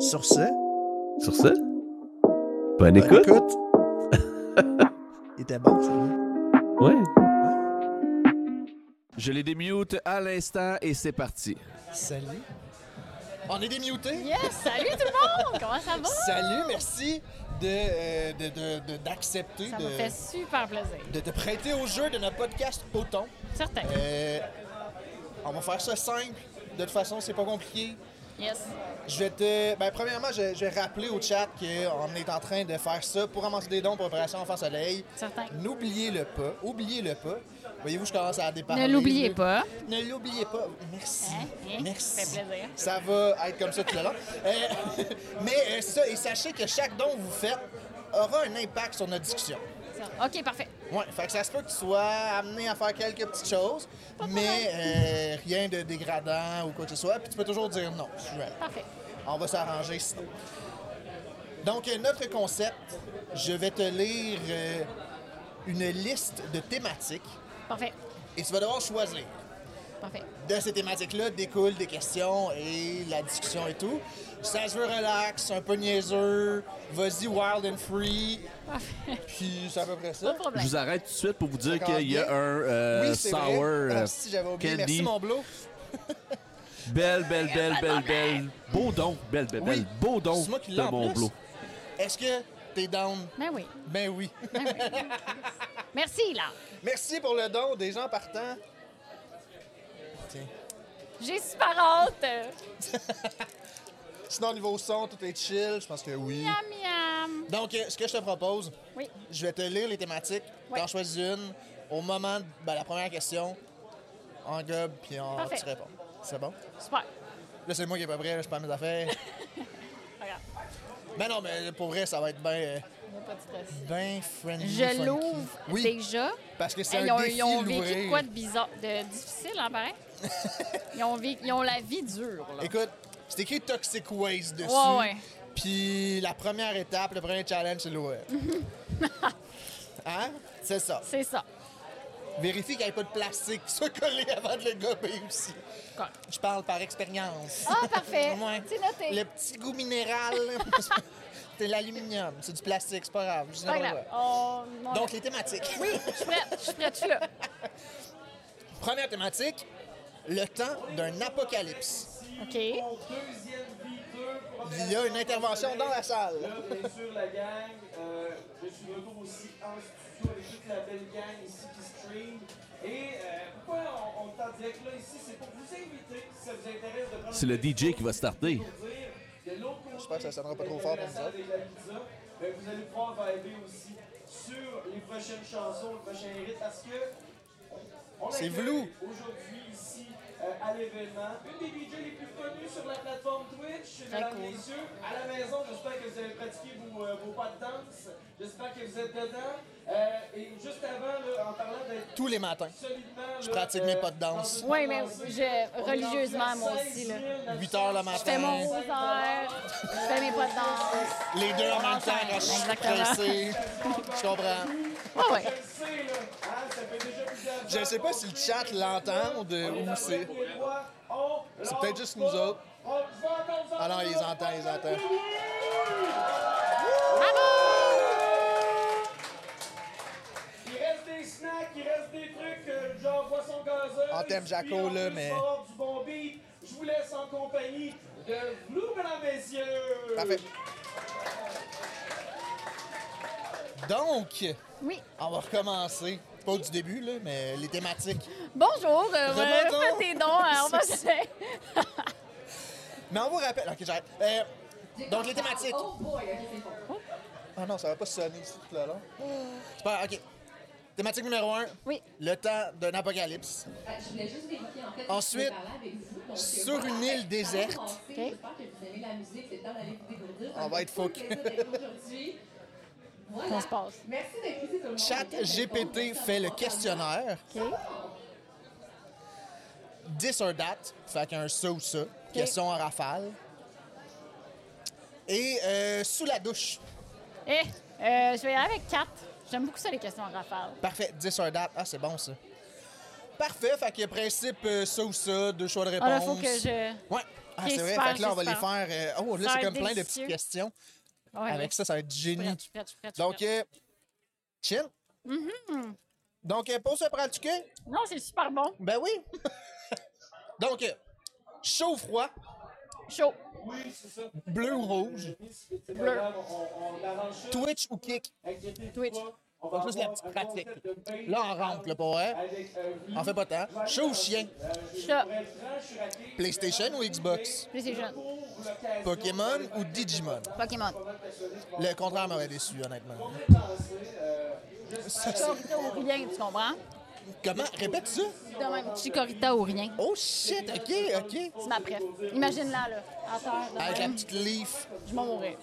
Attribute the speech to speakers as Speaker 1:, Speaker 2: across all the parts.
Speaker 1: Sur ce, ben,
Speaker 2: Sur ce, bonne écoute.
Speaker 1: Il était bon, hein? celui-là.
Speaker 2: Ouais. Je les démute à l'instant et c'est parti.
Speaker 3: Salut. On est démuté.
Speaker 4: Yes! Salut tout le monde! Comment ça va?
Speaker 3: Salut, merci de, euh, de- de- de- d'accepter
Speaker 4: Ça
Speaker 3: de,
Speaker 4: me fait super plaisir.
Speaker 3: de te prêter au jeu de notre podcast Auton.
Speaker 4: Certain.
Speaker 3: Euh, on va faire ça simple. De toute façon, c'est pas compliqué.
Speaker 4: Yes.
Speaker 3: Je vais te. Ben, premièrement, je, je vais rappeler au chat qu'on est en train de faire ça pour ramasser des dons pour Opération Enfant Soleil.
Speaker 4: Certain.
Speaker 3: N'oubliez-le pas. Oubliez-le pas. Voyez-vous, je commence à déparler.
Speaker 4: Ne l'oubliez
Speaker 3: là.
Speaker 4: pas.
Speaker 3: Ne l'oubliez pas. Merci.
Speaker 4: Hein? Hein?
Speaker 3: Merci.
Speaker 4: Ça fait plaisir.
Speaker 3: Ça va être comme ça tout le long. Euh, mais euh, c'est ça, et sachez que chaque don que vous faites aura un impact sur notre discussion.
Speaker 4: OK, parfait.
Speaker 3: Ouais, fait que ça se peut que tu sois amené à faire quelques petites choses, mais euh, rien de dégradant ou quoi que ce soit. Puis tu peux toujours dire non. si tu veux.
Speaker 4: Parfait.
Speaker 3: On va s'arranger sinon. Donc, euh, notre concept, je vais te lire euh, une liste de thématiques
Speaker 4: Parfait.
Speaker 3: et tu vas devoir choisir.
Speaker 4: Parfait.
Speaker 3: de ces thématiques-là découlent des questions et la discussion et tout. Ça se veut relax, un peu niaiseux, vas-y wild and free,
Speaker 4: Parfait.
Speaker 3: puis c'est à peu près
Speaker 4: Pas
Speaker 3: ça.
Speaker 4: de
Speaker 2: Je
Speaker 4: problème.
Speaker 2: vous arrête tout de suite pour vous dire
Speaker 3: Ça
Speaker 2: qu'il y a
Speaker 3: commence bien.
Speaker 2: un euh,
Speaker 3: oui, c'est
Speaker 2: sour
Speaker 3: vrai.
Speaker 2: euh,
Speaker 3: Ah, si, j'avais oublié.
Speaker 2: candy.
Speaker 3: Merci, mon blot.
Speaker 2: Belle, belle, belle, belle, belle. Beau don. Belle, belle, belle.
Speaker 3: Oui.
Speaker 2: Beau don
Speaker 3: C'est moi qui l'ai
Speaker 2: de
Speaker 3: en
Speaker 2: mon
Speaker 3: plus.
Speaker 2: blot.
Speaker 3: Est-ce que t'es down?
Speaker 4: Ben oui.
Speaker 3: Ben oui.
Speaker 4: Ben oui. Merci, là.
Speaker 3: Merci pour le don des gens partant. Tiens.
Speaker 4: J'ai super hâte. Miam,
Speaker 3: Sinon, niveau son, tout est chill. Je pense que oui.
Speaker 4: miam.
Speaker 3: Donc, euh, ce que je te propose,
Speaker 4: Oui.
Speaker 3: Je vais te lire les thématiques.
Speaker 4: Ouais.
Speaker 3: T'en choisis une. Au moment de ben, la première question, on gobe puis on
Speaker 4: Parfait.
Speaker 3: tu réponds. C'est bon?
Speaker 4: Super.
Speaker 3: Là, c'est moi qui est pas prêt, là, je perds mes affaires.
Speaker 4: Regarde.
Speaker 3: mais non, mais pour vrai, ça va être bien
Speaker 4: Il y a pas de stress.
Speaker 3: ben friendly. funky.
Speaker 4: Je l'ouvre
Speaker 3: Oui,
Speaker 4: déjà.
Speaker 3: parce que c'est
Speaker 4: Hey, ils,
Speaker 3: un
Speaker 4: ont,
Speaker 3: défi
Speaker 4: ils ont vécu
Speaker 3: l'ouvrir.
Speaker 4: de quoi de bizarre, de difficile, hein, pareil? ils, ont vécu- ils ont la vie dure, là.
Speaker 3: Écoute, c'est écrit Toxic Waste dessus.
Speaker 4: Ouais, ouais.
Speaker 3: Puis la première étape, le premier challenge, c'est l'OL. hein? C'est ça.
Speaker 4: C'est ça.
Speaker 3: Vérifie qu'il n'y ait pas de plastique qui soit collé avant de le gober aussi.
Speaker 4: Quoi?
Speaker 3: Je parle par expérience.
Speaker 4: Ah, parfait.
Speaker 3: Ouais.
Speaker 4: C'est noté.
Speaker 3: Le petit goût minéral, c'est de l'aluminium, c'est du plastique, c'est pas grave. je sais
Speaker 4: Pas
Speaker 3: pas
Speaker 4: grave.
Speaker 3: quoi.
Speaker 4: On... on-
Speaker 3: Ah Donc, les thématiques.
Speaker 4: Oui, je suis prête. Je suis prête, je suis là.
Speaker 3: Première thématique, le temps d'un apocalypse.
Speaker 4: OK.
Speaker 3: Il y a une intervention dans la salle.
Speaker 5: Bien sûr, la gang. Euh, je suis de retour aussi en studio avec toute la belle gang ici qui stream. Et euh, pourquoi on, on est en direct là ici? C'est pour vous inviter, si ça vous intéresse, de prendre
Speaker 2: C'est le DJ qui va starter.
Speaker 5: pour dire de l'autre côté.
Speaker 3: J'espère que ça sonnera pas trop
Speaker 5: Euh,
Speaker 3: fort pour nous autres.
Speaker 5: Avec la pizza, ben, vous allez pouvoir vibrer aussi sur les prochaines chansons, le prochain rythme, parce que. on
Speaker 3: C'est
Speaker 5: accueille
Speaker 3: velou.
Speaker 5: Aujourd'hui, ici, euh, à l'événement, une des DJ les plus connues sur la plateforme Twitch, mesdames,
Speaker 4: cool.
Speaker 5: messieurs, à la maison, j'espère que vous avez pratiqué vos, euh, vos pas de danse, j'espère que vous êtes dedans. Euh, et juste avant, là, en parlant d'être
Speaker 3: Tous les matins.
Speaker 5: solidement.
Speaker 3: Je pratique mes pas de danse.
Speaker 4: Oui, mais je, religieusement, moi aussi, là.
Speaker 3: 8 heures le matin.
Speaker 4: Je fais mon rosaire, je fais mes pas de danse.
Speaker 3: Les deux en même temps, quand je suis
Speaker 4: Exactement.
Speaker 3: pressé. Je comprends.
Speaker 4: Ouais, ouais.
Speaker 5: Je le sais, là, hein, ça fait déjà plusieurs
Speaker 3: Je
Speaker 5: heures
Speaker 3: sais pas si le chat l'entend ou de- ou c'est. C'est peut-être juste nous autres. Ah non, ils entendent, ils entendent.
Speaker 5: Il reste des snacks, il reste des trucs, euh, genre boisson gazeuse.
Speaker 3: On t'aime, Ah, Jaco,
Speaker 5: puis on
Speaker 3: là,
Speaker 5: peut
Speaker 3: mais-
Speaker 5: savoir du bon beat. Je vous laisse en compagnie de Blue, mesdames, messieurs.
Speaker 3: Parfait. Donc,
Speaker 4: Oui.
Speaker 3: on va recommencer. Pas du début, là, mais les thématiques.
Speaker 4: Bonjour, euh,
Speaker 3: Rebondons.
Speaker 4: faites tes dons, hein, on va se
Speaker 3: Mais on vous rappelle. Ok, j'arrête. Euh, donc, les thématiques.
Speaker 6: Oh boy, ok, c'est bon.
Speaker 3: Ah non, ça va pas sonner ici tout le long. C'est pas- ok. Thématique numéro un.
Speaker 4: Oui.
Speaker 3: Le temps d'un apocalypse.
Speaker 6: Euh, Je voulais juste vérifier, en fait,
Speaker 3: Ensuite,
Speaker 6: je voulais parler avec vous, donc,
Speaker 3: sur
Speaker 6: euh, voilà.
Speaker 3: une île
Speaker 6: Ça va
Speaker 3: déserte.
Speaker 6: commencer. J'espère que vous aimez la musique, c'est le temps d'aller vous découvrir.
Speaker 3: On
Speaker 6: Un
Speaker 3: va être
Speaker 6: gros
Speaker 3: folk.
Speaker 6: plaisir d'être aujourd'hui. Voilà.
Speaker 4: On se passe.
Speaker 6: Merci d'être ici, tout le monde.
Speaker 3: Chat
Speaker 6: Quelle
Speaker 3: GPT
Speaker 6: réponse,
Speaker 3: fait le
Speaker 6: ça va
Speaker 3: questionnaire.
Speaker 4: OK.
Speaker 3: 10 un date. Fait qu'un ça ou ça. Question en rafale. Et euh, sous la douche.
Speaker 4: Eh, euh, je vais y aller avec 4. J'aime beaucoup ça, les questions en rafale.
Speaker 3: Parfait. 10 un date. Ah, c'est bon ça. Parfait. Fait que principe euh, ça ou ça. Deux choix de réponse.
Speaker 4: Ah, là, faut que je...
Speaker 3: Ouais. Ah,
Speaker 4: Ok,
Speaker 3: c'est vrai.
Speaker 4: super,
Speaker 3: Fait que là, on
Speaker 4: ok,
Speaker 3: va les
Speaker 4: super.
Speaker 3: faire. euh, Oh, là,
Speaker 4: Ça va
Speaker 3: c'est
Speaker 4: être
Speaker 3: comme plein de
Speaker 4: délicieux.
Speaker 3: petites questions.
Speaker 4: Ouais, ouais.
Speaker 3: Avec ça, ça va être
Speaker 4: Je suis
Speaker 3: génie.
Speaker 4: prête, je suis prête, je suis prête, je suis
Speaker 3: Donc,
Speaker 4: prête.
Speaker 3: euh, chill.
Speaker 4: Mm-hmm.
Speaker 3: Donc, euh, pour se pratiquer,
Speaker 4: Non, c'est super bon.
Speaker 3: ben oui. Donc, euh, chaud ou froid,
Speaker 4: Chaud.
Speaker 5: Oui, c'est ça.
Speaker 3: bleu ou rouge,
Speaker 5: Bleu. On, on arrange ça.
Speaker 3: Twitch ou kick.
Speaker 5: Inquiétez-vous
Speaker 4: Twitch.
Speaker 5: pas, On
Speaker 3: On
Speaker 5: va
Speaker 3: fait juste la
Speaker 5: avoir
Speaker 3: petite
Speaker 5: un
Speaker 3: pratique.
Speaker 5: concept de base
Speaker 3: Là, on rentre, là, pour vrai.
Speaker 5: avec, euh, vue.
Speaker 3: On fait pas tant. Chaud ou chien,
Speaker 4: Chat.
Speaker 5: Pour être franc, je suis raté.
Speaker 3: PlayStation ou Xbox,
Speaker 4: PlayStation.
Speaker 5: Pour l'occasion,
Speaker 3: Pokémon ou Digimon.
Speaker 4: Pokémon.
Speaker 3: Le contraire m'aurait déçu, honnêtement. Ça, c'est-
Speaker 4: Chicorita ou rien, tu comprends?
Speaker 3: Comment? Répète ça.
Speaker 4: De même, Chicorita ou rien.
Speaker 3: Oh shit, ok, ok.
Speaker 4: C'est ma préf. Imagine-la, là. À terre, de
Speaker 3: Avec la
Speaker 4: même,
Speaker 3: petite leaf.
Speaker 4: je vais mourir.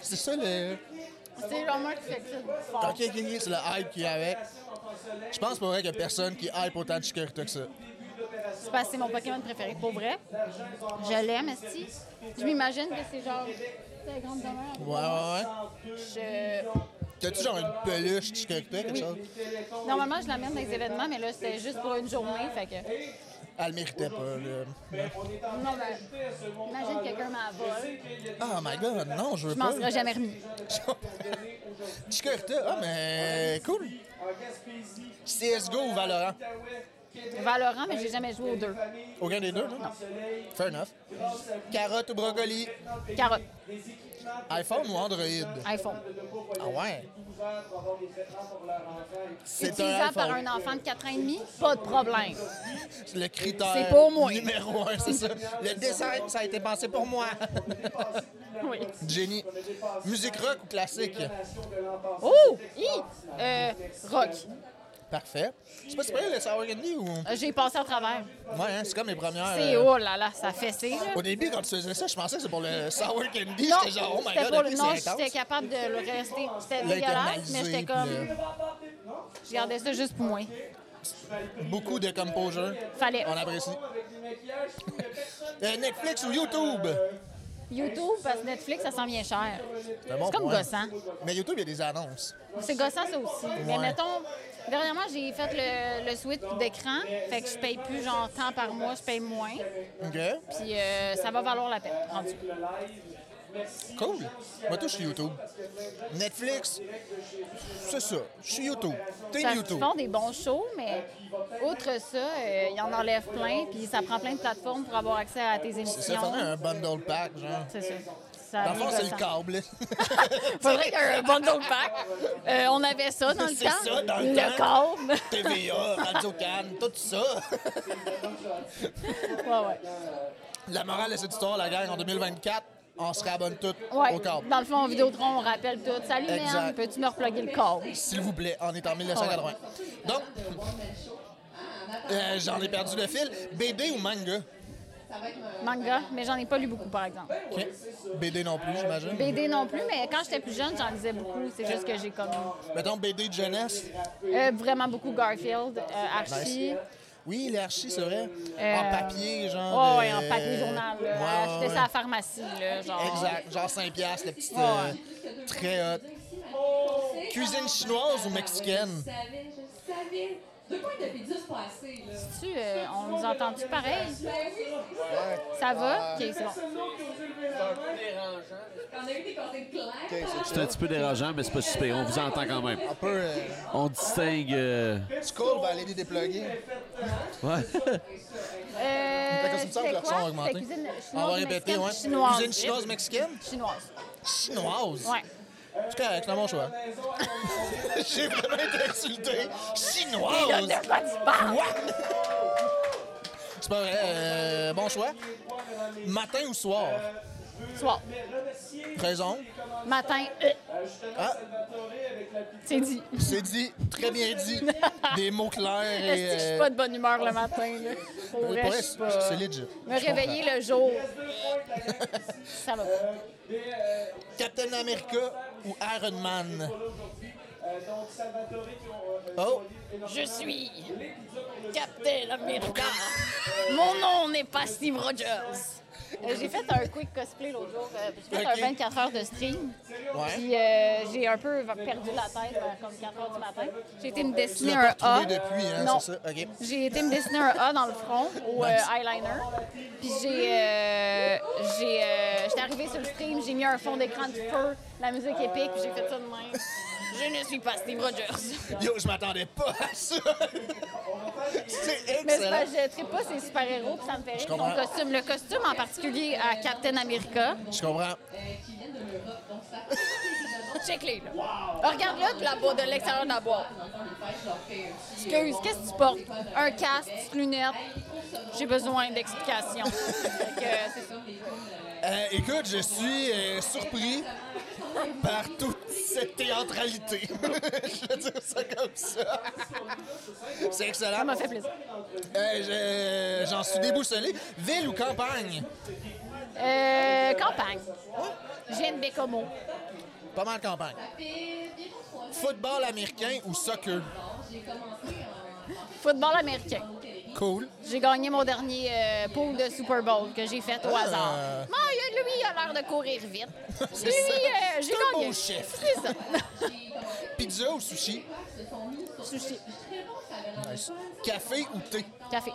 Speaker 3: C'est ça le.
Speaker 4: C'est genre moi qui fais ça de
Speaker 3: Ok,
Speaker 4: fort.
Speaker 3: ok, ok, c'est le hype qu'il y avait. Je pense pour vrai qu'il y a personne qui hype autant de Chikorita que ça.
Speaker 4: C'est parce que c'est mon Pokémon préféré, pour vrai. Je l'aime, esti. Je m'imagine que c'est genre... C'est grande demeure.
Speaker 3: Ouais, ouais,
Speaker 4: Je...
Speaker 3: ouais. T'as-tu genre une peluche de Chikorita, quelque chose?
Speaker 4: Normalement, je l'amène dans les événements, mais là, c'était juste pour une journée, fait que...
Speaker 3: Elle Ah, le méritait pas, là.
Speaker 4: Non, ben, imagine que quelqu'un m'en vole.
Speaker 3: Oh my god, non, je veux
Speaker 4: Je m'en
Speaker 3: pas.
Speaker 4: serais jamais remis.
Speaker 3: Chikorita, ah, mais cool. CSGO ou Valorant?
Speaker 4: Valorant, mais j'ai jamais joué aux deux.
Speaker 3: Aucun des deux, non?
Speaker 4: Non.
Speaker 3: Fair enough. Carotte ou brocoli?
Speaker 4: Carotte,
Speaker 3: iPhone ou Android?
Speaker 4: iPhone.
Speaker 3: Ah ouais? C'est un
Speaker 4: Utilisable par
Speaker 3: iPhone.
Speaker 4: un enfant de 4 ans et demi, pas de problème.
Speaker 3: Le critère
Speaker 4: C'est pour moi.
Speaker 3: numéro un, c'est ça. Le design, ça a été pensé pour moi.
Speaker 4: Oui.
Speaker 3: Jenny, musique rock ou classique?
Speaker 4: Oh! Hi! Euh, rock.
Speaker 3: Parfait. C'est pas super le Sour Candy ou...
Speaker 4: Euh, J'ai passé à travers.
Speaker 3: Ouais, hein, c'est comme les premières...
Speaker 4: C'est
Speaker 3: euh,
Speaker 4: oh là là, ça fessé. là.
Speaker 3: Au début, quand tu faisais ça, je pensais que c'était pour le Sour Candy.
Speaker 4: Non,
Speaker 3: J'étais genre, oh my
Speaker 4: c'était
Speaker 3: god,
Speaker 4: pour
Speaker 3: ok,
Speaker 4: le- non,
Speaker 3: c'est
Speaker 4: j'étais
Speaker 3: intense.
Speaker 4: capable de le rester. C'était dégueulasse,
Speaker 3: L'internaliser,
Speaker 4: mais j'étais
Speaker 3: puis,
Speaker 4: comme, je gardais ça juste pour moi.
Speaker 3: euh, beaucoup de composure.
Speaker 4: Fallait.
Speaker 3: On apprécie. Euh, Netflix ou YouTube?
Speaker 4: YouTube, parce que Netflix, ça sent bien cher.
Speaker 3: un bon
Speaker 4: C'est comme
Speaker 3: point.
Speaker 4: gossant.
Speaker 3: Mais YouTube, il y a des annonces.
Speaker 4: C'est gossant, ça aussi.
Speaker 3: Ouais.
Speaker 4: Mais mettons, dernièrement, j'ai fait le, le switch d'écran. Fait que je paye plus, genre, tant par mois, je paye moins.
Speaker 3: OK.
Speaker 4: Puis euh, ça va valoir la peine. rendu.
Speaker 3: Cool. Moi, tout, je suis YouTube. Netflix, c'est ça. Je suis YouTube. T'es
Speaker 4: Ça,
Speaker 3: YouTube.
Speaker 4: Ils font des bons shows, mais outre ça, euh, ils en enlèvent plein, puis ça prend plein de plateformes pour avoir accès à tes
Speaker 3: C'est ça, faudrait
Speaker 4: émissions.
Speaker 3: un bundle pack, genre.
Speaker 4: C'est ça. ça
Speaker 3: Dans le fond, c'est le
Speaker 4: gossant.
Speaker 3: câble.
Speaker 4: Faudrait qu'il y ait un bundle pack. Euh, on avait ça dans le
Speaker 3: C'est
Speaker 4: temps.
Speaker 3: ça, dans le temps.
Speaker 4: câble.
Speaker 3: TVA, Radio-Can, tout ça.
Speaker 4: ouais, ouais.
Speaker 3: La morale de cette histoire, la guerre en 2024, on se réabonne tout
Speaker 4: Ouais.
Speaker 3: au câble.
Speaker 4: Dans le fond, en Vidéotron, on rappelle tout. Salut,
Speaker 3: Exact.
Speaker 4: man, peux-tu me reploguer le câble?
Speaker 3: S'il vous plaît, on est en 1980.
Speaker 4: Ah
Speaker 3: Donc, euh, j'en ai perdu le fil. BD ou manga?
Speaker 6: euh,
Speaker 4: Manga, mais j'en ai pas lu beaucoup, par exemple.
Speaker 3: OK. BD non plus, j'imagine.
Speaker 4: BD non plus, mais quand j'étais plus jeune, j'en lisais beaucoup. C'est juste que j'ai comme
Speaker 3: Mettons BD de jeunesse.
Speaker 4: euh, vraiment beaucoup Garfield, euh, Archie.
Speaker 3: Nice. Oui, l'archi, c'est vrai. En papier, genre.
Speaker 4: Euh, Ouais, ouais, en
Speaker 3: euh,
Speaker 4: papier journal. là.
Speaker 3: ouais,
Speaker 4: Acheter
Speaker 3: ouais.
Speaker 4: ça à la pharmacie, là, genre.
Speaker 3: Exact. Genre 5 piastres, le petit. euh, très hot. Cuisine chinoise ou mexicaine?
Speaker 6: Je savais, je savais. Deux points depuis 10 passés, là.
Speaker 4: Tu, euh, on nous entend-tu pareil?
Speaker 6: Ben oui, c'est ça.
Speaker 4: Ça va? OK, c'est bon.
Speaker 6: On a eu des conseils clairs. hein?
Speaker 2: C'est un petit peu dérangeant, mais c'est pas super. On vous entend quand même.
Speaker 3: Un peu. euh,
Speaker 2: On distingue. euh,
Speaker 3: C'est cool, va aller les dépluguer.
Speaker 2: Ouais.
Speaker 4: Euh,
Speaker 3: que ça me semble que
Speaker 4: c'était
Speaker 3: leur son a
Speaker 4: quoi?
Speaker 3: augmenté.
Speaker 4: C'était cuisine
Speaker 3: On va
Speaker 4: chinoise,
Speaker 3: répéter,
Speaker 4: mexicaine,
Speaker 3: ouais.
Speaker 4: chinoise.
Speaker 3: Cuisine chinoise mexicaine?
Speaker 4: Chinoise,
Speaker 3: Chinoise?
Speaker 4: ouais.
Speaker 3: C'est correct, c'est mon choix. J'ai vraiment été insulté. Chinoise! What? C'est pas vrai. euh, bon choix. Matin ou soir?
Speaker 4: Soir,
Speaker 3: Raison.
Speaker 4: matin, euh,
Speaker 3: Ah,
Speaker 4: c'est dit.
Speaker 3: c'est dit. Très bien dit. Des mots clairs
Speaker 4: Est-ce que
Speaker 3: et...
Speaker 4: je suis
Speaker 3: euh,
Speaker 4: pas de bonne humeur le matin, là? Pour
Speaker 3: pour
Speaker 4: vrai,
Speaker 3: vrai,
Speaker 4: je suis
Speaker 3: c'est
Speaker 4: pas...
Speaker 3: c'est legit.
Speaker 4: Me
Speaker 3: Je comprends.
Speaker 4: réveiller le jour, ça va. pas.
Speaker 3: Captain America ou Iron Man?
Speaker 5: euh,
Speaker 3: Oh,
Speaker 4: Je suis Captain America. Mon nom n'est pas Steve Rogers. Euh, j'ai fait un quick cosplay l'autre jour. euh, J'ai fait
Speaker 3: Ok.
Speaker 4: un 24 heures de stream.
Speaker 3: Ouais.
Speaker 4: Puis euh, j'ai un peu perdu la tête vers comme 4 heures du matin. J'ai été me
Speaker 3: Tu
Speaker 4: dessiner
Speaker 3: l'as
Speaker 4: un
Speaker 3: pas
Speaker 4: A.
Speaker 3: retrouvé depuis, hein,
Speaker 4: Non.
Speaker 3: c'est ça? OK.
Speaker 4: J'ai été me dessiner un A dans le front au euh, eyeliner. Puis j'ai. euh, j'ai, euh, J'étais arrivée sur le stream, j'ai mis un fond d'écran de feu, la musique épique, puis j'ai fait ça de même. Je ne suis pas Steve Rogers.
Speaker 3: Yo, je m'attendais pas à ça! c'est
Speaker 4: Mais c'est
Speaker 3: excellent!
Speaker 4: parce que je tripe pas ces super-héros, puis ça me fait rire. Son
Speaker 3: comprends.
Speaker 4: costume, le costume en particulier à Captain America.
Speaker 3: Je comprends.
Speaker 6: qui viennent de l'Europe, donc ça fait évidemment
Speaker 4: Check-les, là. Regarde-le de, la bo- de l'extérieur de la boîte.
Speaker 6: dans le temps des fêtes, je leur fais un petit. euh,
Speaker 4: Excuse,
Speaker 6: bon,
Speaker 4: qu'est-ce que tu
Speaker 6: bon,
Speaker 4: portes?
Speaker 6: des fois, je leur
Speaker 4: Un
Speaker 6: fais
Speaker 4: casque,
Speaker 6: Québec.
Speaker 4: des lunettes.
Speaker 6: Hey, ils trouvent ça drôle,
Speaker 4: J'ai besoin d'explications. Fait que, euh, c'est ça.
Speaker 6: comme les films, euh,
Speaker 3: Euh, écoute, je suis euh, surpris par toute cette théâtralité. je vais dire ça comme ça. C'est
Speaker 4: Ça
Speaker 3: excellent.
Speaker 4: m'a fait plaisir.
Speaker 3: Euh, je- J'en suis déboussolé. Ville ou campagne?
Speaker 4: Euh, campagne. Je viens de Bécomo.
Speaker 3: Pas mal campagne. Football américain ou soccer?
Speaker 4: Football américain.
Speaker 3: Cool.
Speaker 4: J'ai gagné mon dernier euh, pool de Super Bowl que j'ai fait au hasard.
Speaker 3: Ah.
Speaker 4: Bon, il a- lui, il a l'air de courir vite.
Speaker 3: C'est
Speaker 4: Lui,
Speaker 3: ça.
Speaker 4: euh, j'ai
Speaker 3: C'est un
Speaker 4: gagné.
Speaker 3: beau chiffre.
Speaker 4: C'est ça.
Speaker 3: Pizza ou sushi?
Speaker 4: Sushi.
Speaker 3: Café ou thé?
Speaker 4: Café.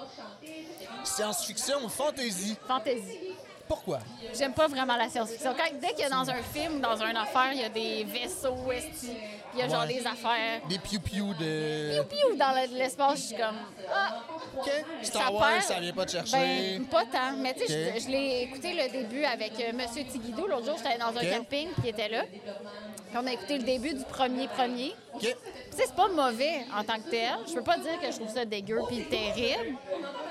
Speaker 3: Science-fiction ou fantasy?
Speaker 4: Fantasy.
Speaker 3: Pourquoi?
Speaker 4: J'aime pas vraiment la science-fiction. Quand- dès qu'il y a dans un film, dans une affaire, il y a des vaisseaux, esti, il y a genre
Speaker 3: Ouais.
Speaker 4: des affaires.
Speaker 3: Des piou-piou de...
Speaker 4: Puis ou dans le- l'espace, je suis comme. Ah,
Speaker 3: OK.
Speaker 4: ça
Speaker 3: Star Wars,
Speaker 4: perd.
Speaker 3: ça vient pas te chercher.
Speaker 4: Ben, pas tant. Mais tu sais,
Speaker 3: Ok.
Speaker 4: je, je l'ai écouté le début avec euh, Monsieur Tiguido. L'autre jour, j'étais dans un
Speaker 3: Ok.
Speaker 4: camping qui était là. Puis on a écouté le début du premier premier.
Speaker 3: OK.
Speaker 4: Puis, Tu sais, c'est pas mauvais en tant que tel. Je peux pas dire que je trouve ça dégueu puis terrible,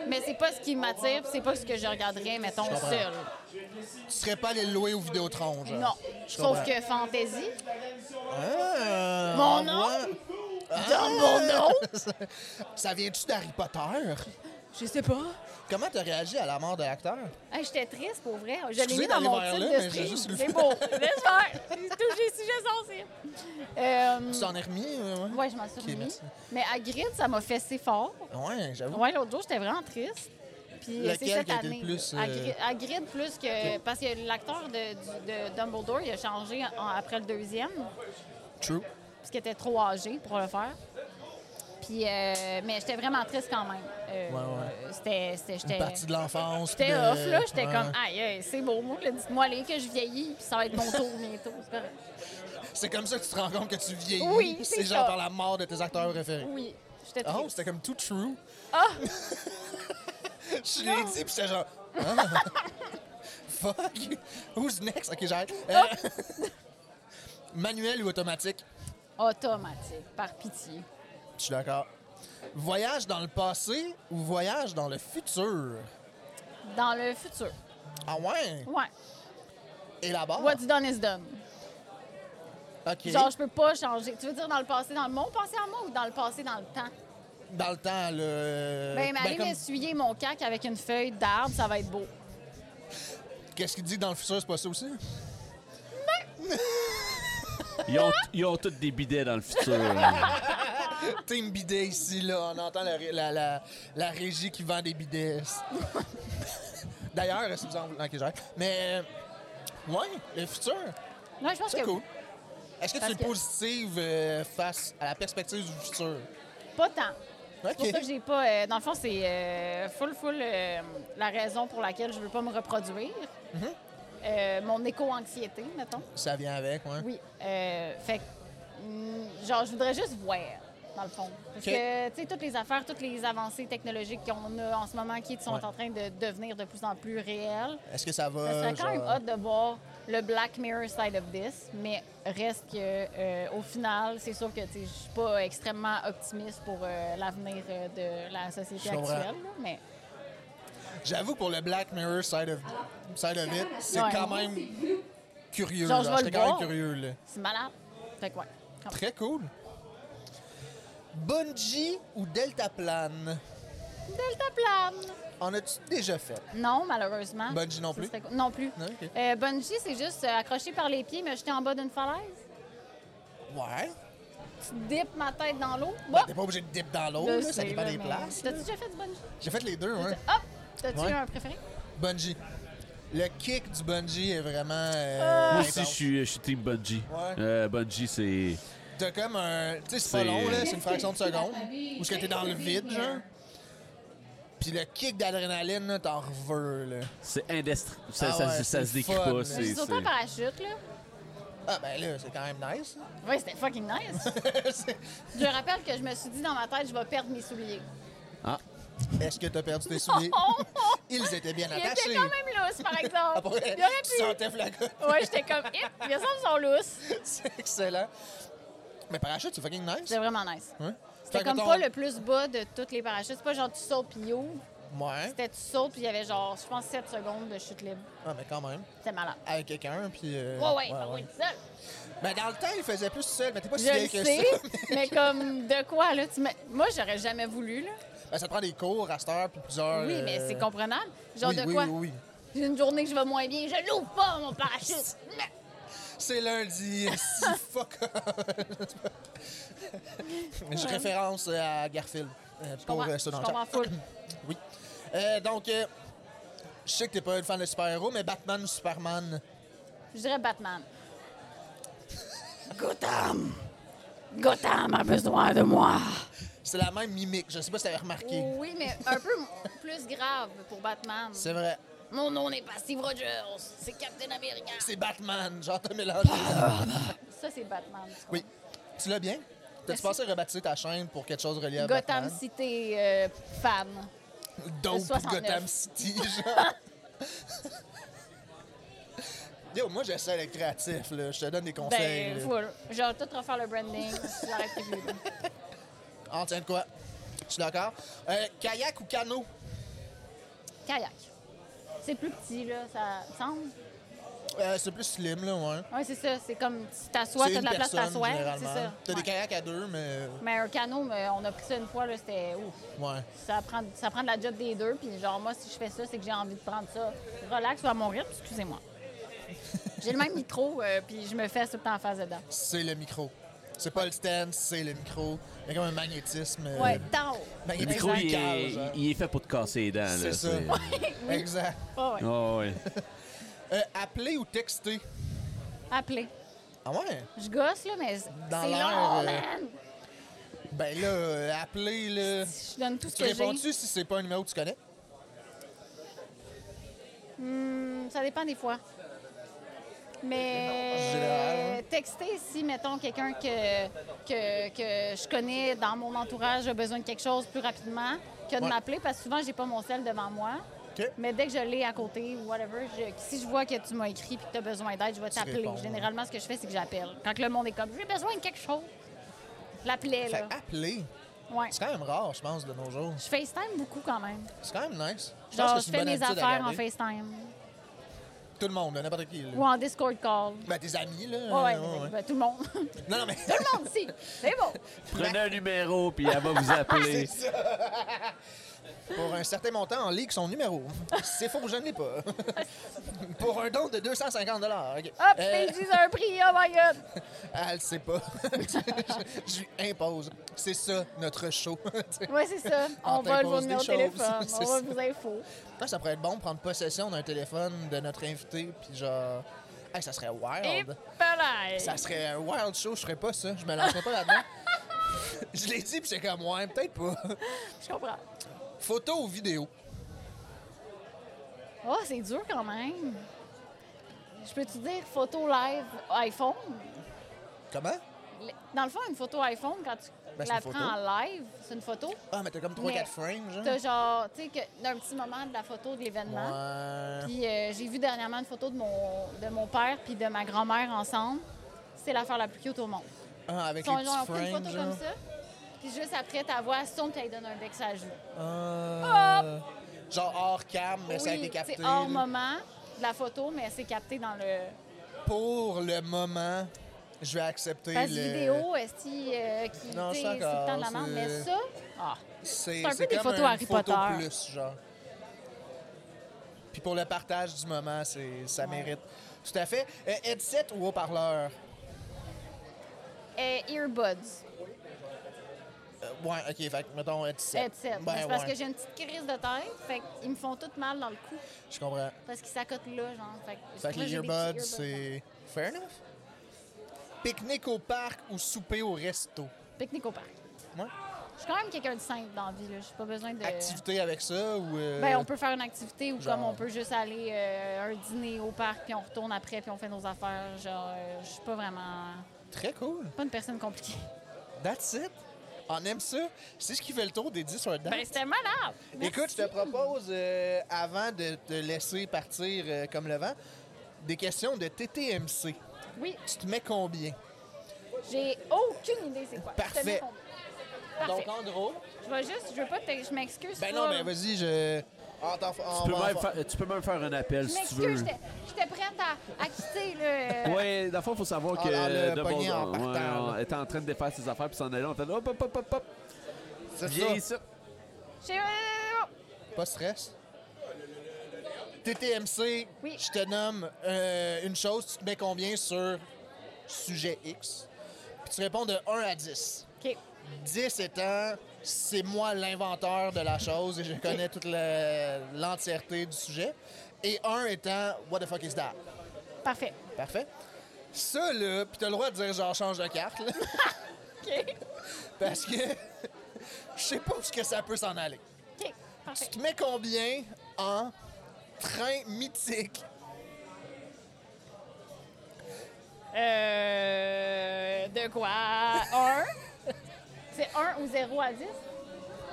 Speaker 4: mais c'est pas ce qui m'attire, puis c'est pas ce que je regarderais, mettons,
Speaker 3: comprends.
Speaker 4: seul.
Speaker 3: Tu serais pas allé le louer au Vidéotron, genre?
Speaker 4: Non.
Speaker 3: Je
Speaker 4: Sauf
Speaker 3: comprends.
Speaker 4: que Fantasy,
Speaker 3: Ah,
Speaker 4: Mon
Speaker 3: on
Speaker 4: nom?
Speaker 3: voit.
Speaker 4: Dans mon nom?
Speaker 3: ça vient-tu d'Harry Potter?
Speaker 4: je sais pas.
Speaker 3: Comment t'as réagi à la mort de l'acteur?
Speaker 4: Hey, J'étais triste pour vrai. Je l'ai
Speaker 3: Excusez
Speaker 4: mis dans
Speaker 3: d'aller
Speaker 4: mon
Speaker 3: vers
Speaker 4: titre
Speaker 3: là, mais
Speaker 4: de
Speaker 3: j'ai
Speaker 4: stream.
Speaker 3: juste lu.
Speaker 4: C'est beau. Laisse faire. Touche les sujets sensibles. Euh,
Speaker 3: Tu t'en es remis? euh, ouais?
Speaker 4: ouais, je m'en suis
Speaker 3: Ok,
Speaker 4: remis.
Speaker 3: merci.
Speaker 4: Mais à Grid, ça m'a fessé fort.
Speaker 3: Ouais, j'avoue.
Speaker 4: Ouais, l'autre jour, j'étais vraiment triste. Puis euh, c'est
Speaker 3: Laquelle
Speaker 4: cette
Speaker 3: qui a été le
Speaker 4: année.
Speaker 3: plus, euh,
Speaker 4: À Grid- à Grid plus que. Parce que l'acteur de, du- de Dumbledore, il a changé en- après le deuxième,
Speaker 3: True.
Speaker 4: parce qu'il était trop âgé pour le faire. Puis, euh, mais j'étais vraiment triste quand même. Euh,
Speaker 3: Ouais, ouais.
Speaker 4: C'était. c'était-
Speaker 3: Une
Speaker 4: j'étais-
Speaker 3: partie de l'enfance.
Speaker 4: J'étais
Speaker 3: puis de-
Speaker 4: off, là. J'étais
Speaker 3: ouais.
Speaker 4: comme, ah. aïe, aïe, c'est beau. Moi, là, dites-moi, les que je vieillis, puis ça va être mon tour bientôt. C'est correct.
Speaker 3: C'est comme ça que tu te rends compte que tu vieillis.
Speaker 4: Oui, c'est
Speaker 3: C'est genre
Speaker 4: ça.
Speaker 3: par la mort de tes acteurs préférés.
Speaker 4: Oui, j'étais
Speaker 3: Oh,
Speaker 4: triste.
Speaker 3: c'était comme tout true.
Speaker 4: Ah!
Speaker 3: Je l'ai dit, puis j'étais genre. Ah. Fuck! Who's next? Ok, j'arrête.
Speaker 4: Ah!
Speaker 3: Euh, Manuel ou automatique?
Speaker 4: Automatique, par pitié.
Speaker 3: Je suis d'accord. Voyage dans le passé ou voyage dans le futur?
Speaker 4: Dans le futur.
Speaker 3: Ah ouais?
Speaker 4: Ouais.
Speaker 3: Et là-bas?
Speaker 4: What's Oh. done is done.
Speaker 3: OK.
Speaker 4: Genre, je peux pas changer. Tu veux dire dans le passé, dans le mon passé à moi ou dans le passé, dans le temps?
Speaker 3: Dans le temps, le...
Speaker 4: Ben, mais aller
Speaker 3: Euh, comme-
Speaker 4: m'essuyer mon cac avec une feuille d'arbre, ça va être beau.
Speaker 3: Qu'est-ce qu'il dit dans le futur, c'est pas ça aussi?
Speaker 2: Ils ont, ils ont tous des bidets dans le futur.
Speaker 3: Team bidet ici, là. On entend la, ré- la, la, la régie qui vend des bidets. D'ailleurs, si vous en voulez... Ok, j'arrête. Mais... Ouais, le futur.
Speaker 4: Non, je pense
Speaker 3: C'est
Speaker 4: que
Speaker 3: cool. Est-ce que
Speaker 4: Parce
Speaker 3: tu es
Speaker 4: que-
Speaker 3: positive euh, face à la perspective du futur?
Speaker 4: pas tant. C'est pour
Speaker 3: OK.
Speaker 4: ça que j'ai pas. euh, dans le fond, c'est euh, full, full euh, la raison pour laquelle je veux pas me reproduire.
Speaker 3: Mm-hmm.
Speaker 4: Euh, mon éco-anxiété, mettons.
Speaker 3: Ça vient avec, ouais.
Speaker 4: Oui. Euh, fait que, mm, genre, je voudrais juste voir, dans le fond. Parce
Speaker 3: OK.
Speaker 4: que, tu sais, toutes les affaires, toutes les avancées technologiques qu'on a en ce moment qui sont
Speaker 3: Ouais.
Speaker 4: en train de devenir de plus en plus réelles,
Speaker 3: Est-ce que ça va...
Speaker 4: ça serait quand
Speaker 3: Euh, genre-
Speaker 4: même hot de voir le Black Mirror side of this, mais reste que, euh, au final, c'est sûr que, tu sais, je suis pas extrêmement optimiste pour euh, l'avenir euh, de la société
Speaker 3: Je comprends.
Speaker 4: actuelle, là, mais...
Speaker 3: J'avoue, pour le Black Mirror side of, side of it, c'est
Speaker 4: Ouais.
Speaker 3: quand même curieux.
Speaker 4: Genre,
Speaker 3: Genre,
Speaker 4: je vais
Speaker 3: J'étais
Speaker 4: le
Speaker 3: quand même
Speaker 4: voir.
Speaker 3: curieux, là.
Speaker 4: C'est malade. Fait que ouais. quand même.
Speaker 3: Très cool. Bungee ou deltaplane?
Speaker 4: Delta plane.
Speaker 3: En as-tu déjà fait?
Speaker 4: Non, malheureusement.
Speaker 3: Bungee non
Speaker 4: Ça,
Speaker 3: plus?
Speaker 4: c'était quoi- Non plus.
Speaker 3: Non, ok.
Speaker 4: Euh, bungee, c'est juste euh, accroché par les pieds, mais jeter en bas d'une falaise.
Speaker 3: Ouais.
Speaker 4: Tu dippes ma tête dans l'eau.
Speaker 3: Ben,
Speaker 4: Bah!
Speaker 3: T'es pas obligé de dip dans l'eau,
Speaker 4: Là,
Speaker 3: là,
Speaker 4: c'est,
Speaker 3: ça dépend
Speaker 4: là,
Speaker 3: des
Speaker 4: mais-
Speaker 3: places.
Speaker 4: T'as-tu déjà fait du bungee?
Speaker 3: J'ai fait les deux, ouais.
Speaker 4: Hop! T'as-tu
Speaker 3: Ouais.
Speaker 4: un préféré?
Speaker 3: Bungee. le kick du bungee est vraiment. euh,
Speaker 4: Ah!
Speaker 2: Moi aussi, je
Speaker 3: intense.
Speaker 2: suis, je suis team Bungie.
Speaker 3: Ouais.
Speaker 2: Euh, Bungie, c'est...
Speaker 3: T'as comme un. Tu sais, c'est
Speaker 2: C'est-
Speaker 3: pas long, là, c'est
Speaker 6: Qu'est-ce
Speaker 3: une fraction de
Speaker 6: que c'est la
Speaker 3: seconde.
Speaker 6: famille?
Speaker 3: Ou ce que t'es dans le vide, genre. Puis le kick d'adrénaline, là, t'en reveux, là.
Speaker 2: C'est indestre. Ça,
Speaker 3: Ah
Speaker 2: ça,
Speaker 3: ouais,
Speaker 2: ça,
Speaker 3: c'est
Speaker 2: se décrit
Speaker 3: fun, là.
Speaker 2: pas.
Speaker 4: Je
Speaker 2: C'est,
Speaker 4: suis
Speaker 2: c'est...
Speaker 4: surtout en parachute, là.
Speaker 3: Ah, ben là, c'est quand même nice. hein.
Speaker 4: Oui, c'était fucking nice.
Speaker 3: C'est-
Speaker 4: je rappelle que je me suis dit dans ma tête, je vais perdre mes souliers.
Speaker 2: Ah,
Speaker 3: Est-ce que t'as perdu tes souliers? Ils étaient bien
Speaker 4: Il était
Speaker 3: attachés.
Speaker 4: quand même lousse, par exemple.
Speaker 3: Après,
Speaker 4: Il aurait
Speaker 3: tu
Speaker 4: pu.
Speaker 3: sentais flacon.
Speaker 4: Ouais, j'étais comme, hip, il me semble qu'ils sont lousses.
Speaker 3: c'est excellent. Mais parachute, c'est fucking nice.
Speaker 4: C'était vraiment nice.
Speaker 3: Ouais. Hein? Fait
Speaker 4: C'était
Speaker 3: que
Speaker 4: comme
Speaker 3: mettons-
Speaker 4: pas le plus bas de toutes les parachutes. C'est pas genre tu sautes puis il ouvre.
Speaker 3: Ouais.
Speaker 4: C'était tu sautes puis il y avait genre, je pense, 7 secondes de chute libre.
Speaker 3: Ah, mais quand même.
Speaker 4: C'était malade.
Speaker 3: Avec quelqu'un, puis. euh,
Speaker 4: Ouais, ouais, bah oui, tout seul.
Speaker 3: Ben, dans le temps, il faisait plus seul, mais t'es pas si
Speaker 4: Je
Speaker 3: vieille
Speaker 4: le
Speaker 3: que
Speaker 4: sais,
Speaker 3: ça.
Speaker 4: mais comme de quoi, là? Tu me- Moi, j'aurais jamais voulu, là.
Speaker 3: Ben, ça te prend des cours à cette heure, puis plusieurs.
Speaker 4: Oui, mais
Speaker 3: euh,
Speaker 4: c'est comprenable. Genre
Speaker 3: oui,
Speaker 4: de
Speaker 3: oui,
Speaker 4: quoi?
Speaker 3: oui, oui.
Speaker 4: J'ai une journée que je vais moins bien, je l'ouvre pas, mon parachute.
Speaker 3: C'est lundi, si fuck Mais je référence à Garfield euh,
Speaker 4: Je
Speaker 3: pour
Speaker 4: comprends,
Speaker 3: euh,
Speaker 4: je
Speaker 3: ceux dans le
Speaker 4: comprends
Speaker 3: chat.
Speaker 4: full.
Speaker 3: Oui. Euh, donc, euh, je sais que t'es pas une fan de super-héros, mais Batman ou Superman?
Speaker 4: Je dirais Batman. Gotham! Gotham a besoin de moi!
Speaker 3: C'est la même mimique, je sais pas si t'avais remarqué.
Speaker 4: Oui, mais un peu plus grave pour Batman.
Speaker 3: C'est vrai.
Speaker 4: Mon nom n'est pas Steve Rogers, c'est Captain America.
Speaker 3: C'est Batman, genre t'as mélangé.
Speaker 4: Bah, Ça, c'est Batman. tu
Speaker 3: Oui. Tu l'as bien? T'as-tu
Speaker 4: Merci.
Speaker 3: pensé à rebaptiser ta chaîne pour quelque chose relié à
Speaker 4: comprends. Euh, Gotham
Speaker 3: Batman?
Speaker 4: City euh, fan.
Speaker 3: Dope
Speaker 4: 69.
Speaker 3: Gotham City, genre. Yo, moi, j'essaie d'être créatif, là. Je te donne des conseils.
Speaker 4: Ben,
Speaker 3: là.
Speaker 4: full. Genre, tout refaire le branding, j'arrête plus. là.
Speaker 3: En tient Ah, de quoi? Je suis d'accord. Euh, kayak ou canot?
Speaker 4: Kayak. C'est plus petit, là, ça me semble.
Speaker 3: Euh, c'est plus slim, là, ouais.
Speaker 4: Oui, c'est ça. C'est comme tu t'assois, t'as de la place t'assois. C'est ça.
Speaker 3: T'as
Speaker 4: Ouais.
Speaker 3: des kayaks à deux, mais...
Speaker 4: Mais un canot, mais on a pris ça une fois, là, c'était ouf.
Speaker 3: Ouais.
Speaker 4: Ça prend, ça prend de la job des deux. Puis genre, moi, si je fais ça, c'est que j'ai envie de prendre ça. Relax ou à mon rythme, excusez-moi. j'ai le même micro, euh, puis je me fais tout le temps en face dedans.
Speaker 3: C'est le micro. C'est pas le stand, c'est le micro. Il y a comme un magnétisme. euh,
Speaker 4: Ouais, tard.
Speaker 2: le
Speaker 3: magnétisme
Speaker 2: micro, il
Speaker 3: local,
Speaker 2: est,
Speaker 3: genre.
Speaker 2: il est fait pour te casser les dents. là,
Speaker 3: hein. C'est ça. Exact.
Speaker 4: Ah ouais.
Speaker 2: Ah, ouais.
Speaker 3: Euh, appeler ou texter?
Speaker 4: Appelez.
Speaker 3: Ah ouais?
Speaker 4: Je gosse, là, mais c'est
Speaker 3: Dans
Speaker 4: long,
Speaker 3: l'air, euh,
Speaker 4: man.
Speaker 3: Ben là, euh, appeler, là...
Speaker 4: Je donne tout ce
Speaker 3: Tu
Speaker 4: que j'ai.
Speaker 3: réponds-tu si c'est pas un numéro que tu connais?
Speaker 4: Hum, ça dépend des fois.
Speaker 3: En général,
Speaker 4: Mais
Speaker 3: hein.
Speaker 4: texter si, mettons, quelqu'un que, que, que je connais dans mon entourage a besoin de quelque chose plus rapidement que de
Speaker 3: Ouais.
Speaker 4: m'appeler parce que souvent, j'ai pas mon sel devant moi.
Speaker 3: OK.
Speaker 4: Mais dès que je l'ai à côté ou whatever, je- si je vois que tu m'as écrit et que tu as besoin d'aide, je vais t'appeler.
Speaker 3: réponds,
Speaker 4: Généralement, ce que je fais, c'est que j'appelle. Quand le monde est comme, j'ai besoin de quelque chose, je l'appelais,
Speaker 3: Fait
Speaker 4: là.
Speaker 3: appeler,
Speaker 4: Ouais.
Speaker 3: c'est quand même rare, je pense, de nos jours.
Speaker 4: Je FaceTime beaucoup quand même.
Speaker 3: C'est quand même nice. pense
Speaker 4: Genre,
Speaker 3: que
Speaker 4: je
Speaker 3: c'est
Speaker 4: fais
Speaker 3: une bonne
Speaker 4: mes
Speaker 3: habitude à
Speaker 4: affaires en
Speaker 3: garder.
Speaker 4: FaceTime
Speaker 3: Tout le monde, là, n'importe qui. là.
Speaker 4: ou en Discord call.
Speaker 3: Ben, tes amis, là.
Speaker 4: Ouais,
Speaker 3: euh, ouais, ouais.
Speaker 4: ben, tout le monde.
Speaker 3: Non, non, mais...
Speaker 4: Tout le monde ici. C'est beau.
Speaker 2: Prenez un numéro, puis elle va vous appeler.
Speaker 3: Pour un certain montant, en ligue son numéro. C'est faux, je ne l'ai pas. Pour un don de 250 OK.
Speaker 4: Hop,
Speaker 3: Euh,
Speaker 4: ils disent un prix. Oh my God.
Speaker 3: elle le sait pas. je, je lui impose. C'est ça, notre show. Tu sais.
Speaker 4: Ouais, c'est ça.
Speaker 3: On
Speaker 4: On va le
Speaker 3: t'impose
Speaker 4: vos
Speaker 3: des
Speaker 4: numéros de
Speaker 3: choses,
Speaker 4: téléphone.
Speaker 3: c'est
Speaker 4: On va
Speaker 3: ça.
Speaker 4: vous infos.
Speaker 3: Après, ça pourrait être bon de prendre possession d'un téléphone de notre invité, puis genre... Hey, ça serait
Speaker 4: Et
Speaker 3: wild.
Speaker 4: pareil.
Speaker 3: Ça serait un wild show, je ferais pas ça. Je me lancerais pas là-dedans. je l'ai dit, puis c'est comme, ouais, peut-être pas.
Speaker 4: Je comprends.
Speaker 3: Photo ou vidéo?
Speaker 4: Oh, c'est dur quand même. Je peux-tu dire photo live iPhone?
Speaker 3: Comment?
Speaker 4: Le- Dans le fond, une photo iPhone, quand tu
Speaker 3: Ben, c'est
Speaker 4: la
Speaker 3: une photo.
Speaker 4: prends en live, c'est une photo.
Speaker 3: Ah, mais t'as comme
Speaker 4: Mais
Speaker 3: 3-4 frames, genre.
Speaker 4: T'as genre, tu sais, que- d'un petit moment de la photo de l'événement.
Speaker 3: Ouais.
Speaker 4: Puis euh, j'ai vu dernièrement une photo de mon, de mon père puis de ma grand-mère ensemble. C'est l'affaire la plus cute au monde.
Speaker 3: Ah, avec
Speaker 4: Ils ont
Speaker 3: les petits
Speaker 4: genre,
Speaker 3: frames,
Speaker 4: pris une photo
Speaker 3: genre.
Speaker 4: comme ça. Puis juste après, ta voix sonne puis elle donne un bec à la joue.
Speaker 3: Euh, Genre hors cam, mais ça a été
Speaker 4: Oui,
Speaker 3: capté.
Speaker 4: C'est hors
Speaker 3: là.
Speaker 4: moment de la photo, mais c'est capté dans le...
Speaker 3: Pour le moment, je vais accepter
Speaker 4: Parce
Speaker 3: le...
Speaker 4: vidéo, est-ce qu'il... euh, qui,
Speaker 3: Non,
Speaker 4: tu sais,
Speaker 3: ça
Speaker 4: c'est le temps de la
Speaker 3: encore,
Speaker 4: merde, mais
Speaker 3: c'est-
Speaker 4: ça... Ah,
Speaker 3: C'est
Speaker 4: un peu
Speaker 3: c'est
Speaker 4: des
Speaker 3: comme
Speaker 4: photos
Speaker 3: une
Speaker 4: Harry
Speaker 3: photo
Speaker 4: Potter.
Speaker 3: plus, genre. Puis pour le partage du moment, c'est ça mérite. Tout à fait. Euh, headset ou
Speaker 4: euh,
Speaker 3: haut-parleur?
Speaker 4: et earbuds.
Speaker 3: Euh, ouais, OK, fait que, mettons, euh, 17.
Speaker 4: 7.
Speaker 3: Ben,
Speaker 4: c'est parce
Speaker 3: ouais,
Speaker 4: que j'ai une petite crise de tête, fait qu'ils me font tout mal dans le cou
Speaker 3: Je comprends.
Speaker 4: parce qu'ils s'accotent là, genre. Fait, que
Speaker 3: Fait que
Speaker 4: moi,
Speaker 3: les
Speaker 4: j'ai des petits
Speaker 3: earbuds,
Speaker 4: dans
Speaker 3: c'est... Fair enough. Pique-nique au parc ou souper au resto?
Speaker 4: le cou. Pique-nique au parc.
Speaker 3: Ouais.
Speaker 4: Je suis quand même quelqu'un de simple dans la vie, là. J'ai pas besoin de.
Speaker 3: Activité avec ça ou... euh,
Speaker 4: Ben, on peut faire une activité ou
Speaker 3: genre-
Speaker 4: comme on peut juste aller euh, un dîner au parc, puis on retourne après, puis on fait nos affaires. Genre, euh, je suis pas vraiment.
Speaker 3: Très cool.
Speaker 4: Pas une personne compliquée.
Speaker 3: That's it. On aime ça. C'est ce qui fait le tour des 10 sur le date.
Speaker 4: Ben, c'était malade! Merci.
Speaker 3: Écoute, je te propose, euh, avant de te laisser partir euh, comme le vent, des questions de TTMC.
Speaker 4: Oui,
Speaker 3: Tu te mets combien?
Speaker 4: j'ai aucune idée c'est quoi. Je te
Speaker 3: Parfait.
Speaker 4: mets combien. Parfait.
Speaker 3: en gros...
Speaker 4: je vais juste, je veux pas, te- je m'excuse.
Speaker 3: Ben
Speaker 4: pas,
Speaker 3: non,
Speaker 4: là.
Speaker 3: mais vas-y, je... Ah, t'en- on
Speaker 2: Tu peux,
Speaker 3: va en
Speaker 2: même
Speaker 3: fa-
Speaker 2: faire, tu peux même faire un appel
Speaker 4: Je
Speaker 2: si tu
Speaker 4: m'excuse,
Speaker 2: veux.
Speaker 4: j'étais- j'étais prête à, à quitter le.
Speaker 2: Ouais, dans le fond, faut savoir
Speaker 3: Ah,
Speaker 2: que
Speaker 3: dans le
Speaker 2: de
Speaker 3: poignet en
Speaker 2: ouais,
Speaker 3: partant,
Speaker 2: on
Speaker 3: là.
Speaker 2: était en train de défaire ses affaires puis s'en aller. On fait hop, hop, hop, hop, hop,
Speaker 3: C'est
Speaker 2: viens
Speaker 3: ça.
Speaker 2: ici.
Speaker 4: J'ai-
Speaker 3: Pas stress. TTMC,
Speaker 4: Oui.
Speaker 3: je te nomme euh, une chose, tu te mets combien sur sujet X? Puis tu réponds de 1 à 10.
Speaker 4: OK.
Speaker 3: 10 étant, c'est moi l'inventeur de la chose et je connais toute la- l'entièreté du sujet. Et 1 étant, what the fuck is that?
Speaker 4: Parfait.
Speaker 3: Parfait. Ça, là, puis t'as le droit de dire genre change de carte, là,
Speaker 4: OK.
Speaker 3: parce que je sais pas où est-ce que ça peut s'en aller.
Speaker 4: OK.
Speaker 3: Tu
Speaker 4: Parfait.
Speaker 3: te mets combien en train mythique?
Speaker 4: Euh. De quoi? Un? C'est 1 ou 0 à 10?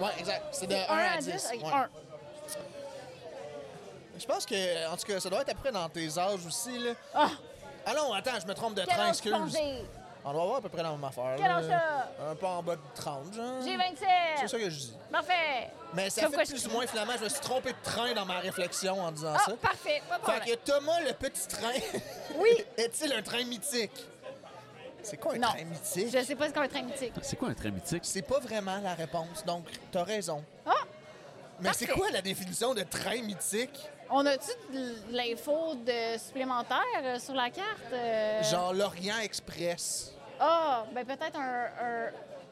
Speaker 3: Ouais, exact. C'est de 1
Speaker 4: Un
Speaker 3: à 10.
Speaker 4: OK,
Speaker 3: ouais.
Speaker 4: un.
Speaker 3: Je pense que, en tout cas, ça doit être à peu près dans tes âges aussi, là.
Speaker 4: Ah!
Speaker 3: Ah non, attends, je me trompe de
Speaker 4: Quel
Speaker 3: train,
Speaker 4: âge tu
Speaker 3: excuse.
Speaker 4: penses j'ai?
Speaker 3: On doit avoir à peu près la même affaire.
Speaker 4: Quel
Speaker 3: là.
Speaker 4: âge t'as?
Speaker 3: Un peu en bas de 30, genre.
Speaker 4: J'ai
Speaker 3: C'est ça
Speaker 4: 27!
Speaker 3: que je dis.
Speaker 4: Parfait!
Speaker 3: Mais ça
Speaker 4: Sauf
Speaker 3: fait
Speaker 4: que je-
Speaker 3: plus ou moins, finalement, je me suis trompé de train dans ma réflexion en disant
Speaker 4: Ah,
Speaker 3: ça.
Speaker 4: parfait! Pas de
Speaker 3: Fait
Speaker 4: problème.
Speaker 3: que Thomas, le petit train,
Speaker 4: Oui!
Speaker 3: est-il un train mythique? C'est quoi un
Speaker 4: Non.
Speaker 3: train mythique?
Speaker 4: Je sais pas ce qu'est un train mythique.
Speaker 2: C'est quoi un train mythique?
Speaker 3: C'est pas vraiment la réponse, donc t'as raison.
Speaker 4: Ah!
Speaker 3: Mais c'est
Speaker 4: Parfait.
Speaker 3: quoi la définition de train mythique?
Speaker 4: On a-tu de l'info de supplémentaire euh, sur la carte? Euh,
Speaker 3: Genre l'Orient Express.
Speaker 4: Ah, ben peut-être un. un...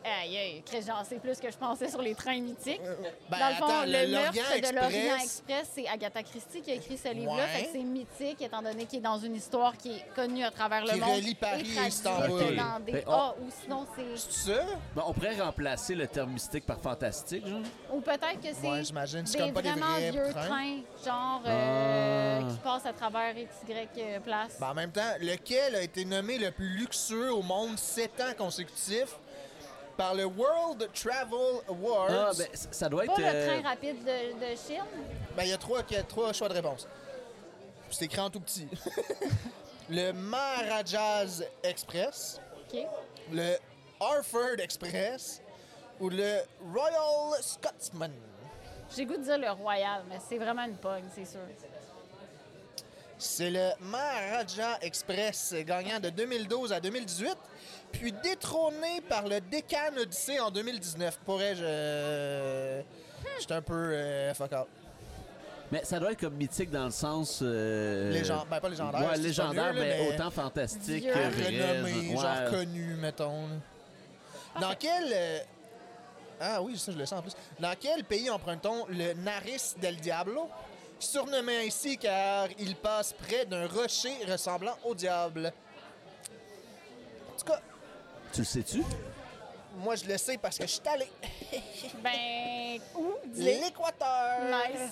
Speaker 4: Aïe, aïe, Chris, j'en sais plus que je pensais sur les trains mythiques.
Speaker 3: Ben,
Speaker 4: Dans le fond,
Speaker 3: attends, le-
Speaker 4: le
Speaker 3: l'Orient
Speaker 4: meurtre de l'Orient
Speaker 3: Express-
Speaker 4: Express, c'est Agatha Christie qui a écrit ce livre-là.
Speaker 3: Ouais.
Speaker 4: Fait que c'est mythique, étant donné qu'il est dans une histoire qui est connue à travers le
Speaker 3: Qui
Speaker 4: monde.
Speaker 3: relie Paris et
Speaker 4: traduite
Speaker 3: Istanbul.
Speaker 4: dans des-
Speaker 2: Ben, on-
Speaker 4: Ah, ou sinon, c'est.
Speaker 3: C'est ça?
Speaker 2: Ben, on pourrait remplacer le terme mystique par fantastique, genre.
Speaker 4: Ou peut-être que c'est.
Speaker 3: Ouais, j'imagine, c'est
Speaker 4: des
Speaker 3: comme pas des
Speaker 4: vraiment
Speaker 3: vrais
Speaker 4: vieux
Speaker 3: trains.
Speaker 4: genre, euh,
Speaker 2: Ah.
Speaker 4: qui passent à travers XY euh, place.
Speaker 3: Ben, en même temps, lequel a été nommé le plus luxueux au monde sept ans consécutifs par le World Travel Awards?
Speaker 2: Ah, ben, c- ça doit être.
Speaker 4: pas le
Speaker 2: euh,
Speaker 4: train rapide de, de Chine.
Speaker 3: Ben, il y a trois, il y a trois choix de réponse. C'est écrit en tout petit. le Maharajas Express,
Speaker 4: OK.
Speaker 3: le Harford Express ou le Royal Scotsman.
Speaker 4: J'ai goût de dire le Royal, mais c'est vraiment une pogne, c'est sûr.
Speaker 3: C'est le Maharaja Express, gagnant de 2012 à 2018, puis détrôné par le Deccan Odyssey en 2019. Pourrais-je... euh, J'étais un peu euh, fuck up.
Speaker 2: Mais ça doit être comme mythique dans le sens. euh,
Speaker 3: Légend- ben, pas légendaire,
Speaker 2: Ouais,
Speaker 3: c'est pas
Speaker 2: légendaire,
Speaker 3: mieux, là,
Speaker 2: mais
Speaker 3: mais-
Speaker 2: autant fantastique
Speaker 4: Vieux.
Speaker 2: que vrai,
Speaker 3: Renommé,
Speaker 2: ouais.
Speaker 3: genre connu, mettons. là. Dans quel... euh, Ah oui, ça je le sens en plus. Dans quel pays empruntons le Naris del Diablo, surnommé ainsi car il passe près d'un rocher ressemblant au diable? En tout cas,
Speaker 2: Tu le sais-tu?
Speaker 3: moi je le sais parce que je suis allé.
Speaker 4: Ben, où? Dis-le.
Speaker 3: L'Équateur!
Speaker 4: Nice.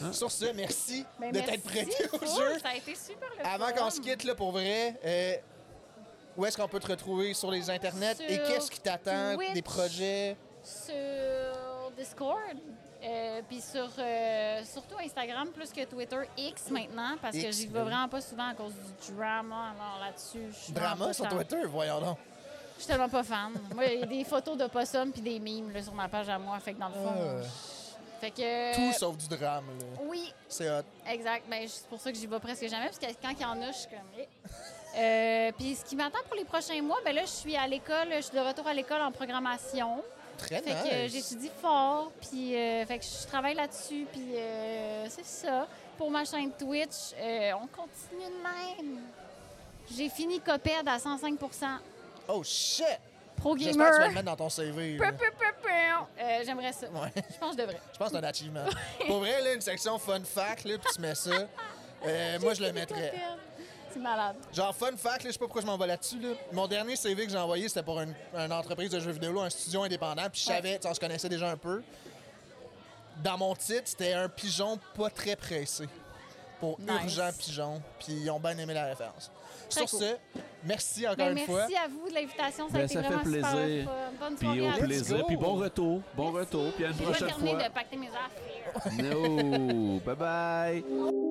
Speaker 4: Nice.
Speaker 3: Sur ce, merci
Speaker 4: Ben,
Speaker 3: de
Speaker 4: merci
Speaker 3: t'être prêté au
Speaker 4: full,
Speaker 3: jeu.
Speaker 4: Ça a été super le
Speaker 3: Avant
Speaker 4: fun.
Speaker 3: qu'on se quitte, là, pour vrai, euh, où est-ce qu'on peut te retrouver sur les internets et
Speaker 4: Sur
Speaker 3: qu'est-ce qui t'attend? Des
Speaker 4: Twitch.
Speaker 3: projets?
Speaker 4: Sur Discord, euh, puis sur euh, surtout Instagram plus que Twitter, X maintenant, parce que
Speaker 3: X,
Speaker 4: j'y vais
Speaker 3: oui.
Speaker 4: vraiment pas souvent à cause du drama. Alors là-dessus, je suis vraiment
Speaker 3: Drama
Speaker 4: pas
Speaker 3: sur
Speaker 4: fan.
Speaker 3: Twitter, voyons donc.
Speaker 4: Je suis tellement pas fan. Moi, il y a des photos de possum puis des mimes là, sur ma page à moi. Fait que dans le fond,
Speaker 3: Ah.
Speaker 4: Euh, je- fait que.
Speaker 3: Tout sauf du drame, là.
Speaker 4: Oui,
Speaker 3: C'est hot.
Speaker 4: Exact. Ben, c'est pour ça que j'y vais presque jamais, parce que quand il y en a, je suis comme. Eh. Euh, Puis ce qui m'attend pour les prochains mois, ben là, je suis à l'école, je suis de retour à l'école en programmation.
Speaker 3: Très
Speaker 4: Fait que euh,
Speaker 3: Eh, nice.
Speaker 4: j'étudie fort, puis euh, fait que je travaille là-dessus, puis euh, c'est ça. Pour ma chaîne Twitch, euh, on continue de même. J'ai fini Coped à 105
Speaker 3: Oh shit!
Speaker 4: Pro
Speaker 3: J'espère que tu vas
Speaker 4: gamer.
Speaker 3: le mettre dans ton CV. là.
Speaker 4: Peu, peu, peu, peu. Euh, J'aimerais ça.
Speaker 3: Ouais.
Speaker 4: Je pense que je devrais.
Speaker 3: Je pense que c'est un achievement. Pour vrai, là, une section fun fact, là, puis tu mets ça. Euh, moi, je le mettrais.
Speaker 4: C'est malade.
Speaker 3: Genre, fun fact, là, je sais pas pourquoi je m'en vais là-dessus. Là. Mon dernier CV que j'ai envoyé, c'était pour une, une entreprise de jeux vidéo, un studio indépendant. Puis je
Speaker 4: Ouais.
Speaker 3: savais, tu sais, on se connaissait déjà un peu. Dans mon titre, c'était un pigeon pas très pressé. Pour
Speaker 4: Nice.
Speaker 3: urgent pigeon. Puis ils ont bien aimé la référence.
Speaker 4: Très
Speaker 3: Sur
Speaker 4: cool.
Speaker 3: ce, merci encore
Speaker 4: Ben,
Speaker 3: une
Speaker 4: merci
Speaker 3: fois.
Speaker 4: à vous de l'invitation. Ça a
Speaker 2: Ben,
Speaker 4: été
Speaker 2: ça fait
Speaker 4: vraiment
Speaker 2: plaisir.
Speaker 4: super. le fun. Bonne
Speaker 2: Puis
Speaker 4: soirée
Speaker 2: au
Speaker 4: à tous.
Speaker 2: plaisir.
Speaker 3: go.
Speaker 2: Puis bon retour. Bon
Speaker 4: Merci.
Speaker 2: retour. Puis à une
Speaker 4: J'ai pas
Speaker 2: prochaine
Speaker 4: terminé
Speaker 2: fois.
Speaker 4: de pacter mes affaires.
Speaker 2: No. Bye bye.